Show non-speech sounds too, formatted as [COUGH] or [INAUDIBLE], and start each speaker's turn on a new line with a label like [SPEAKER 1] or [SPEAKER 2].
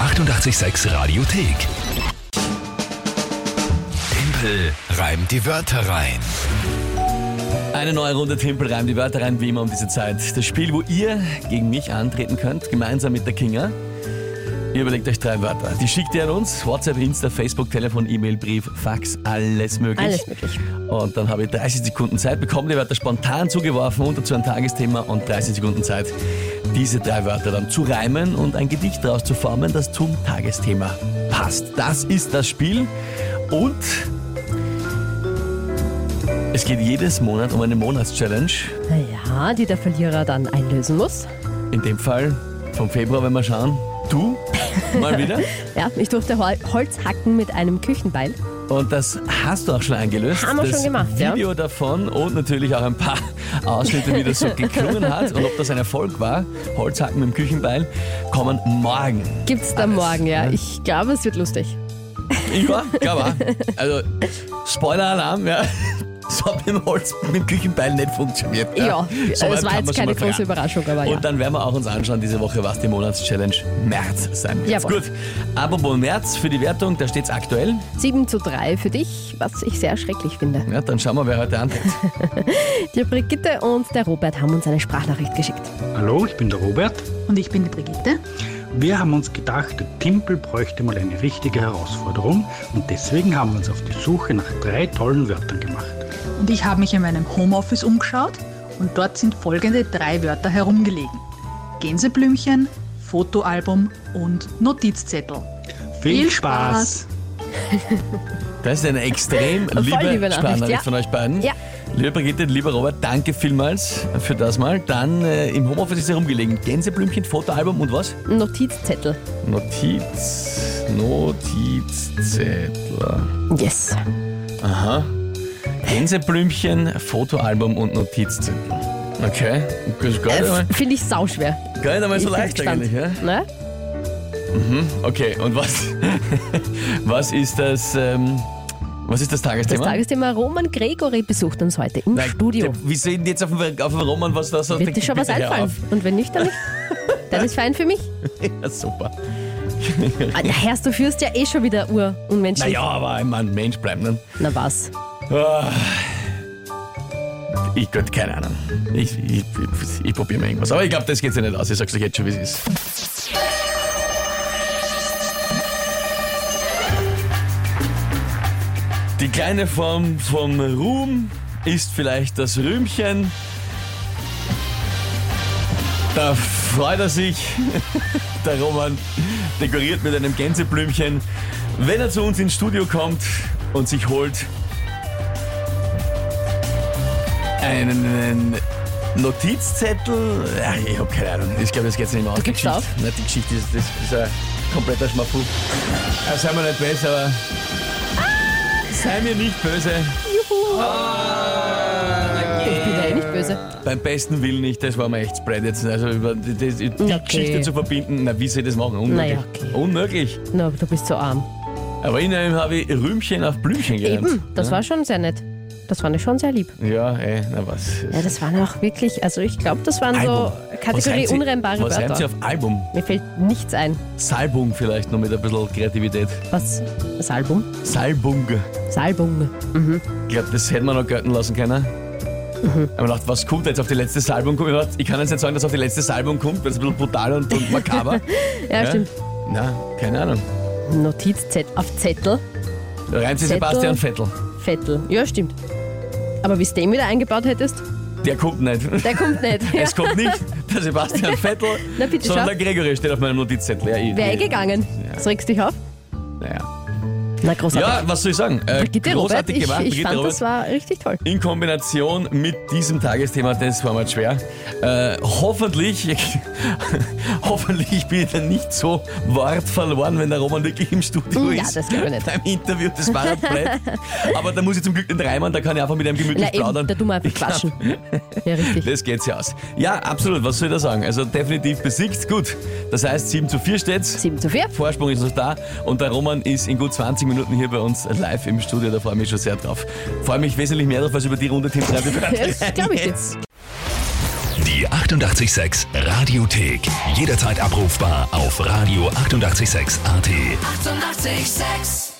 [SPEAKER 1] 886 Radiothek. Tempel reimt die Wörter rein.
[SPEAKER 2] Eine neue Runde Tempel reimt die Wörter rein, wie immer um diese Zeit. Das Spiel, wo ihr gegen mich antreten könnt, gemeinsam mit der Kinga. Ihr überlegt euch drei Wörter. Die schickt ihr an uns. WhatsApp, Insta, Facebook, Telefon, E-Mail, Brief, Fax, alles möglich.
[SPEAKER 3] Alles möglich.
[SPEAKER 2] Und dann habe ich 30 Sekunden Zeit, bekomme die Wörter spontan zugeworfen und dazu ein Tagesthema und 30 Sekunden Zeit, diese drei Wörter dann zu reimen und ein Gedicht daraus zu formen, das zum Tagesthema passt. Das ist das Spiel und es geht jedes Monat um eine Monatschallenge.
[SPEAKER 3] Naja, die der Verlierer dann einlösen muss.
[SPEAKER 2] In dem Fall vom Februar, wenn wir schauen, du mal wieder.
[SPEAKER 3] Ja, ich durfte Hol Holz hacken mit einem Küchenbeil.
[SPEAKER 2] Und das hast du auch schon eingelöst.
[SPEAKER 3] Haben wir
[SPEAKER 2] das
[SPEAKER 3] schon gemacht, ja.
[SPEAKER 2] Video davon und natürlich auch ein paar [LAUGHS] Ausschnitte, wie das so geklungen hat und ob das ein Erfolg war. Holzhacken mit dem Küchenbeil kommen morgen.
[SPEAKER 3] Gibt's dann morgen, ja. Ich glaube, es wird lustig.
[SPEAKER 2] Ja, klar. Also, Spoiler-Alarm, ja. Das hat mit dem Holz, mit dem Küchenbeil nicht funktioniert.
[SPEAKER 3] Ja,
[SPEAKER 2] So weit kann man
[SPEAKER 3] es war jetzt
[SPEAKER 2] schon mal
[SPEAKER 3] keine große
[SPEAKER 2] verraten.
[SPEAKER 3] Überraschung, aber ja.
[SPEAKER 2] Und dann werden wir auch uns anschauen diese Woche, was die Monatschallenge März sein wird.
[SPEAKER 3] Jawohl.
[SPEAKER 2] Gut, apropos März für die Wertung, da steht es aktuell.
[SPEAKER 3] 7 zu 3 für dich, was ich sehr schrecklich finde.
[SPEAKER 2] Ja, dann schauen wir, wer heute antritt.
[SPEAKER 3] Die Brigitte und der Robert haben uns eine Sprachnachricht geschickt.
[SPEAKER 4] Hallo, ich bin der Robert.
[SPEAKER 5] Und ich bin die Brigitte.
[SPEAKER 4] Wir haben uns gedacht, der Timpel bräuchte mal eine richtige Herausforderung und deswegen haben wir uns auf die Suche nach drei tollen Wörtern gemacht.
[SPEAKER 5] Und ich habe mich in meinem Homeoffice umgeschaut und dort sind folgende drei Wörter herumgelegen. Gänseblümchen, Fotoalbum und Notizzettel.
[SPEAKER 4] Viel,
[SPEAKER 5] Viel
[SPEAKER 4] Spaß!
[SPEAKER 5] Spaß.
[SPEAKER 2] Das ist eine extrem liebe,
[SPEAKER 3] liebe
[SPEAKER 2] liebe
[SPEAKER 3] Nachricht,
[SPEAKER 2] Sprachnachricht
[SPEAKER 3] ja.
[SPEAKER 2] von euch beiden.
[SPEAKER 3] Ja.
[SPEAKER 2] Liebe Brigitte, lieber Robert, danke vielmals für das mal. Dann äh, im Homeoffice ist herumgelegen. Gänseblümchen, Fotoalbum und was?
[SPEAKER 3] Ein Notizzettel.
[SPEAKER 2] Notiz, Notizzettel.
[SPEAKER 3] Yes.
[SPEAKER 2] Aha. Gänseblümchen, Fotoalbum und Notizzettel. Okay, das ist gar nicht einmal,
[SPEAKER 3] Äh, Finde ich sauschwer.
[SPEAKER 2] gar nicht einmal so
[SPEAKER 3] ich bin
[SPEAKER 2] leicht
[SPEAKER 3] gespannt.
[SPEAKER 2] eigentlich. Ja?
[SPEAKER 3] Ne?
[SPEAKER 2] Okay, und was, [LAUGHS] was ist das... Ähm, was ist das
[SPEAKER 3] Das
[SPEAKER 2] Tagesthema?
[SPEAKER 3] Tagesthema Roman Gregory besucht uns heute im
[SPEAKER 2] Nein,
[SPEAKER 3] Studio.
[SPEAKER 2] der- Wir sehen jetzt auf dem, auf dem Roman, was das
[SPEAKER 3] Wird dir schon was einfallen? Und wenn
[SPEAKER 2] [LAUGHS]
[SPEAKER 3] nicht, dann nicht. Dann ist fein für mich.
[SPEAKER 2] Ja, super.
[SPEAKER 3] Ah, ja, Herrst, du führst ja eh schon wieder urunmenschlich.
[SPEAKER 2] Naja, aber ein Mann, Mensch bleiben. Ne?
[SPEAKER 3] Na was?
[SPEAKER 2] Ah. Ich Gott, keine Ahnung. Ich, ich, ich, ich probiere mal irgendwas. Aber ich glaube, das geht sich nicht aus. Ich sag's euch jetzt schon, wie es ist. Die kleine Form vom Ruhm ist vielleicht das Rühmchen. Da freut er sich. [LAUGHS] Der Roman dekoriert mit einem Gänseblümchen. Wenn er zu uns ins Studio kommt und sich holt einen Notizzettel. Ach, ich habe keine Ahnung. Ich glaube, das geht nicht mehr aus.
[SPEAKER 3] gibst
[SPEAKER 2] die
[SPEAKER 3] du
[SPEAKER 2] Geschichte, Na, die Geschichte ist, das ist ein kompletter Schmapu. Ja, sei mir nicht böse, aber. Sei mir nicht böse.
[SPEAKER 3] Ich bin ja eh nicht böse.
[SPEAKER 2] Beim besten Willen nicht, das war mir echt spread jetzt. Also über die, die, die
[SPEAKER 3] Okay.
[SPEAKER 2] Geschichte zu verbinden, na, wie sie das machen, unmöglich.
[SPEAKER 3] Naja, okay.
[SPEAKER 2] Unmöglich.
[SPEAKER 3] Na, du bist so arm.
[SPEAKER 2] Aber immerhin habe ich Rühmchen auf Blümchen gelernt.
[SPEAKER 3] Eben, das war schon sehr nett. Das fand ich schon sehr lieb.
[SPEAKER 2] Ja, ey, na was.
[SPEAKER 3] Ja, das waren auch wirklich, also ich glaube, das waren so
[SPEAKER 2] Was
[SPEAKER 3] Kategorie
[SPEAKER 2] reimt sie-
[SPEAKER 3] unrennbare
[SPEAKER 2] Was reimt sie
[SPEAKER 3] Wörter.
[SPEAKER 2] auf Album?
[SPEAKER 3] Mir fällt nichts ein.
[SPEAKER 2] Salbung vielleicht noch mit ein bisschen Kreativität.
[SPEAKER 3] Was? Salbung?
[SPEAKER 2] Salbung.
[SPEAKER 3] Salbung.
[SPEAKER 2] Ich glaube, das hätten wir noch gelten lassen können.
[SPEAKER 3] Mhm.
[SPEAKER 2] Aber gedacht, was kommt jetzt auf die letzte Salbung? Ich, hab gedacht, ich kann jetzt nicht sagen, dass auf die letzte Salbung kommt, weil es ein bisschen brutal und, und makaber.
[SPEAKER 3] [LAUGHS] Ja,
[SPEAKER 2] Ja?
[SPEAKER 3] stimmt.
[SPEAKER 2] Na, keine Ahnung.
[SPEAKER 3] Notizzettel. Auf Zettel.
[SPEAKER 2] Da reimt sich
[SPEAKER 3] Vettel.
[SPEAKER 2] Sebastian Vettel.
[SPEAKER 3] Vettel. Ja, stimmt. Aber wie du den wieder eingebaut hättest,
[SPEAKER 2] Der kommt nicht.
[SPEAKER 3] der kommt [LAUGHS] nicht.
[SPEAKER 2] [LAUGHS]
[SPEAKER 3] Ja,
[SPEAKER 2] Es kommt nicht der Sebastian Vettel,
[SPEAKER 3] [LAUGHS] Na, bitte,
[SPEAKER 2] sondern
[SPEAKER 3] schau.
[SPEAKER 2] der Gregory steht auf meinem Notizzettel. Ja, ich-
[SPEAKER 3] Wäre eh
[SPEAKER 2] ich-
[SPEAKER 3] gegangen. Das regst dich auf?
[SPEAKER 2] Naja.
[SPEAKER 3] Na, großartig.
[SPEAKER 2] Ja, was soll ich sagen? Äh,
[SPEAKER 3] Brigitte Robert,
[SPEAKER 2] großartig
[SPEAKER 3] ich,
[SPEAKER 2] gemacht,
[SPEAKER 3] ich
[SPEAKER 2] Brigitte
[SPEAKER 3] fand,
[SPEAKER 2] Robert.
[SPEAKER 3] das war richtig toll.
[SPEAKER 2] in Kombination mit diesem Tagesthema, das war mal schwer. Äh, hoffentlich, [LAUGHS] hoffentlich bin ich dann nicht so wortverloren, wenn der Roman wirklich im Studio
[SPEAKER 3] Ja,
[SPEAKER 2] ist.
[SPEAKER 3] das glaub ich nicht.
[SPEAKER 2] Beim Interview, das war ein
[SPEAKER 3] [LAUGHS]
[SPEAKER 2] Brett. Aber da muss ich zum Glück den Reimann, da kann ich einfach mit einem gemütlich
[SPEAKER 3] Na eben,
[SPEAKER 2] plaudern.
[SPEAKER 3] da tun wir einfach quatschen. Ja, richtig. [LAUGHS]
[SPEAKER 2] Das geht's ja aus. Ja, absolut, was soll ich da sagen? Also definitiv besiegt, gut. Das heißt, 7 zu 4 steht's.
[SPEAKER 3] 7 zu [LAUGHS] 4.
[SPEAKER 2] Vorsprung ist noch da und der Roman ist in gut 20 Minuten hier bei uns live im Studio. Da freue ich mich schon sehr drauf. Freue mich wesentlich mehr drauf als über die Runde Team 3.
[SPEAKER 3] Das glaub ich dir.
[SPEAKER 1] Die 886 Radiothek. Jederzeit abrufbar auf radio886.at. 886!
[SPEAKER 6] 886